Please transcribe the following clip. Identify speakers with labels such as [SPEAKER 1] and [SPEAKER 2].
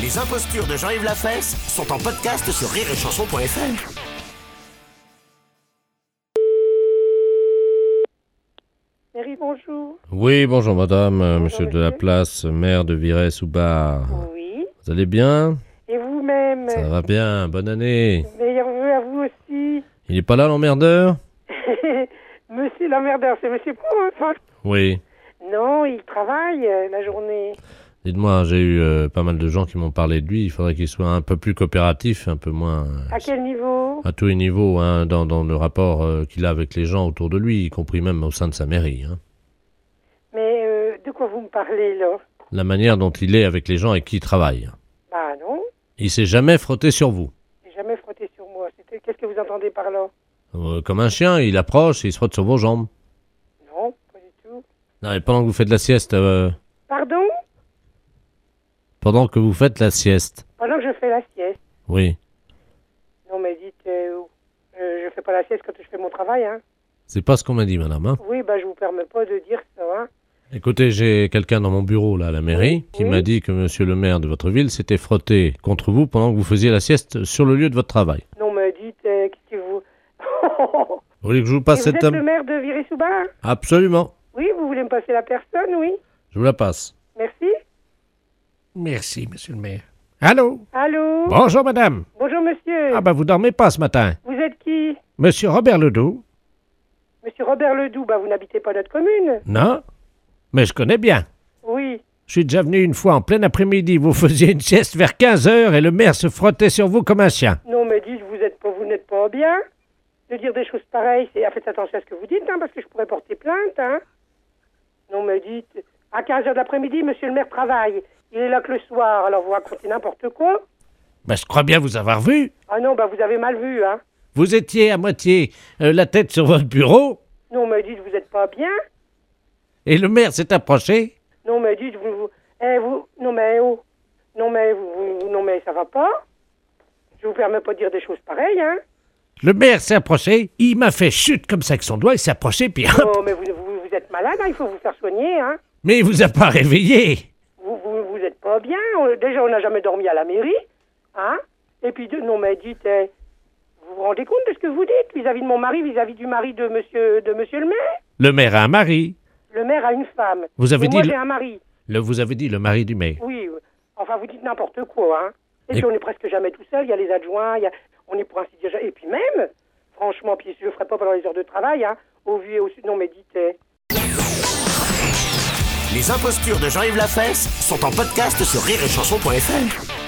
[SPEAKER 1] Les impostures de Jean-Yves Lafesse sont en podcast sur rireetchanson.fr.
[SPEAKER 2] Mairie, bonjour.
[SPEAKER 3] Oui, bonjour madame, euh, monsieur de la
[SPEAKER 2] monsieur.
[SPEAKER 3] place, maire de Viray-sous-Bar.
[SPEAKER 2] Oui.
[SPEAKER 3] Vous allez bien
[SPEAKER 2] Et vous-même
[SPEAKER 3] Ça va bien, bonne année.
[SPEAKER 2] Meilleur vœu à vous aussi.
[SPEAKER 3] Il est pas là l'emmerdeur
[SPEAKER 2] monsieur l'emmerdeur, c'est monsieur Pro, enfin.
[SPEAKER 3] Oui.
[SPEAKER 2] Non, il travaille euh, la journée.
[SPEAKER 3] Dites-moi, j'ai eu euh, pas mal de gens qui m'ont parlé de lui, il faudrait qu'il soit un peu plus coopératif, un peu moins...
[SPEAKER 2] À quel niveau
[SPEAKER 3] À tous les niveaux, hein, dans, dans le rapport euh, qu'il a avec les gens autour de lui, y compris même au sein de sa mairie. hein.
[SPEAKER 2] Mais euh, de quoi vous me parlez, là
[SPEAKER 3] La manière dont il est avec les gens et qui il travaille.
[SPEAKER 2] Bah non,
[SPEAKER 3] Il s'est jamais frotté sur vous.
[SPEAKER 2] j'ai jamais frotté sur moi. C'était- Qu'est-ce que vous entendez par là
[SPEAKER 3] Euh, comme un chien, il approche et il se frotte sur vos jambes.
[SPEAKER 2] Non, pas du tout.
[SPEAKER 3] Non, et pendant que vous faites la sieste... euh,
[SPEAKER 2] Pardon
[SPEAKER 3] pendant que vous faites la sieste...
[SPEAKER 2] Pendant que je fais la sieste.
[SPEAKER 3] Oui.
[SPEAKER 2] Non, mais dites, euh, euh, je fais pas la sieste quand je fais mon travail, hein.
[SPEAKER 3] C'est pas ce qu'on m'a dit, madame. hein.
[SPEAKER 2] Oui, bah je vous permets pas de dire ça, hein.
[SPEAKER 3] Écoutez, j'ai quelqu'un dans mon bureau, là, à la mairie, qui
[SPEAKER 2] Oui.
[SPEAKER 3] m'a dit que monsieur le maire de votre ville s'était frotté contre vous pendant que vous faisiez la sieste sur le lieu de votre travail.
[SPEAKER 2] Non, mais dites, euh, qu'est-ce que vous... Oh,
[SPEAKER 3] Vous voulez que je vous passe
[SPEAKER 2] Et vous
[SPEAKER 3] cet
[SPEAKER 2] êtes le
[SPEAKER 3] homme
[SPEAKER 2] maire de Viré-sous-Bar
[SPEAKER 3] Absolument.
[SPEAKER 2] Oui, vous voulez me passer la personne, oui
[SPEAKER 3] Je vous la passe.
[SPEAKER 2] Merci.
[SPEAKER 4] Merci, monsieur le maire. Allô?
[SPEAKER 2] Allô
[SPEAKER 4] Bonjour, madame.
[SPEAKER 2] Bonjour, monsieur.
[SPEAKER 4] Ah ben, vous dormez pas ce matin.
[SPEAKER 2] Vous êtes qui
[SPEAKER 4] Monsieur Robert Ledoux?
[SPEAKER 2] Monsieur Robert Ledoux, bah vous n'habitez pas notre commune
[SPEAKER 4] Non? Mais je connais bien.
[SPEAKER 2] Oui.
[SPEAKER 4] Je suis déjà venu une fois en plein après-midi. Vous faisiez une sieste vers 15 heures et le maire se frottait sur vous comme un chien.
[SPEAKER 2] Non, mais dites, vous êtes pas, vous n'êtes pas bien de dire des choses pareilles. C'est, ah, faites attention à ce que vous dites, hein, parce que je pourrais porter plainte, hein. Non, mais dites, à 15h de l'après-midi, monsieur le maire travaille. Il est là que le soir, alors vous racontez n'importe quoi.
[SPEAKER 4] Ben, je crois bien vous avoir vu.
[SPEAKER 2] Ah non, bah vous avez mal vu, hein.
[SPEAKER 4] Vous étiez à moitié euh, la tête sur votre bureau
[SPEAKER 2] Non, mais dites, vous êtes pas bien
[SPEAKER 4] et le maire s'est approché.
[SPEAKER 2] Non, mais dites, vous, vous, eh, vous, non, mais oh, non, mais vous, vous- vous- non, mais ça va pas. Je vous permets pas de dire des choses pareilles, hein.
[SPEAKER 4] Le maire s'est approché. Il m'a fait chute comme ça avec son doigt. Il s'est approché, puis hop.
[SPEAKER 2] Non, Oh, mais vous, vous, vous êtes malade, hein, il faut vous faire soigner, hein.
[SPEAKER 4] Mais il vous a pas réveillé.
[SPEAKER 2] Vous, vous, vous êtes pas bien. On- déjà, on n'a jamais dormi à la mairie, hein. Et puis, de, non, mais dites, eh, vous vous rendez compte de ce que vous dites vis-à-vis de mon mari, vis-à-vis du mari de monsieur, de monsieur le maire
[SPEAKER 4] Le maire a un mari.
[SPEAKER 2] Le maire a une femme.
[SPEAKER 4] Vous avez
[SPEAKER 2] Et moi,
[SPEAKER 4] dit le-
[SPEAKER 2] j'ai un mari.
[SPEAKER 4] Le, vous avez dit le mari du maire.
[SPEAKER 2] Oui, euh, enfin, vous dites n'importe quoi, hein. Et,
[SPEAKER 4] Et-
[SPEAKER 2] puis, on est presque jamais tout seul, il y a les adjoints, il y a... on est pour ainsi dire... Et puis même, franchement, puis je ne le ferai pas pendant les heures de travail, hein, au vu et au sud, non mais dites... euh,
[SPEAKER 1] Les impostures de Jean-Yves Lafesse sont en podcast sur rireetchanson.fr.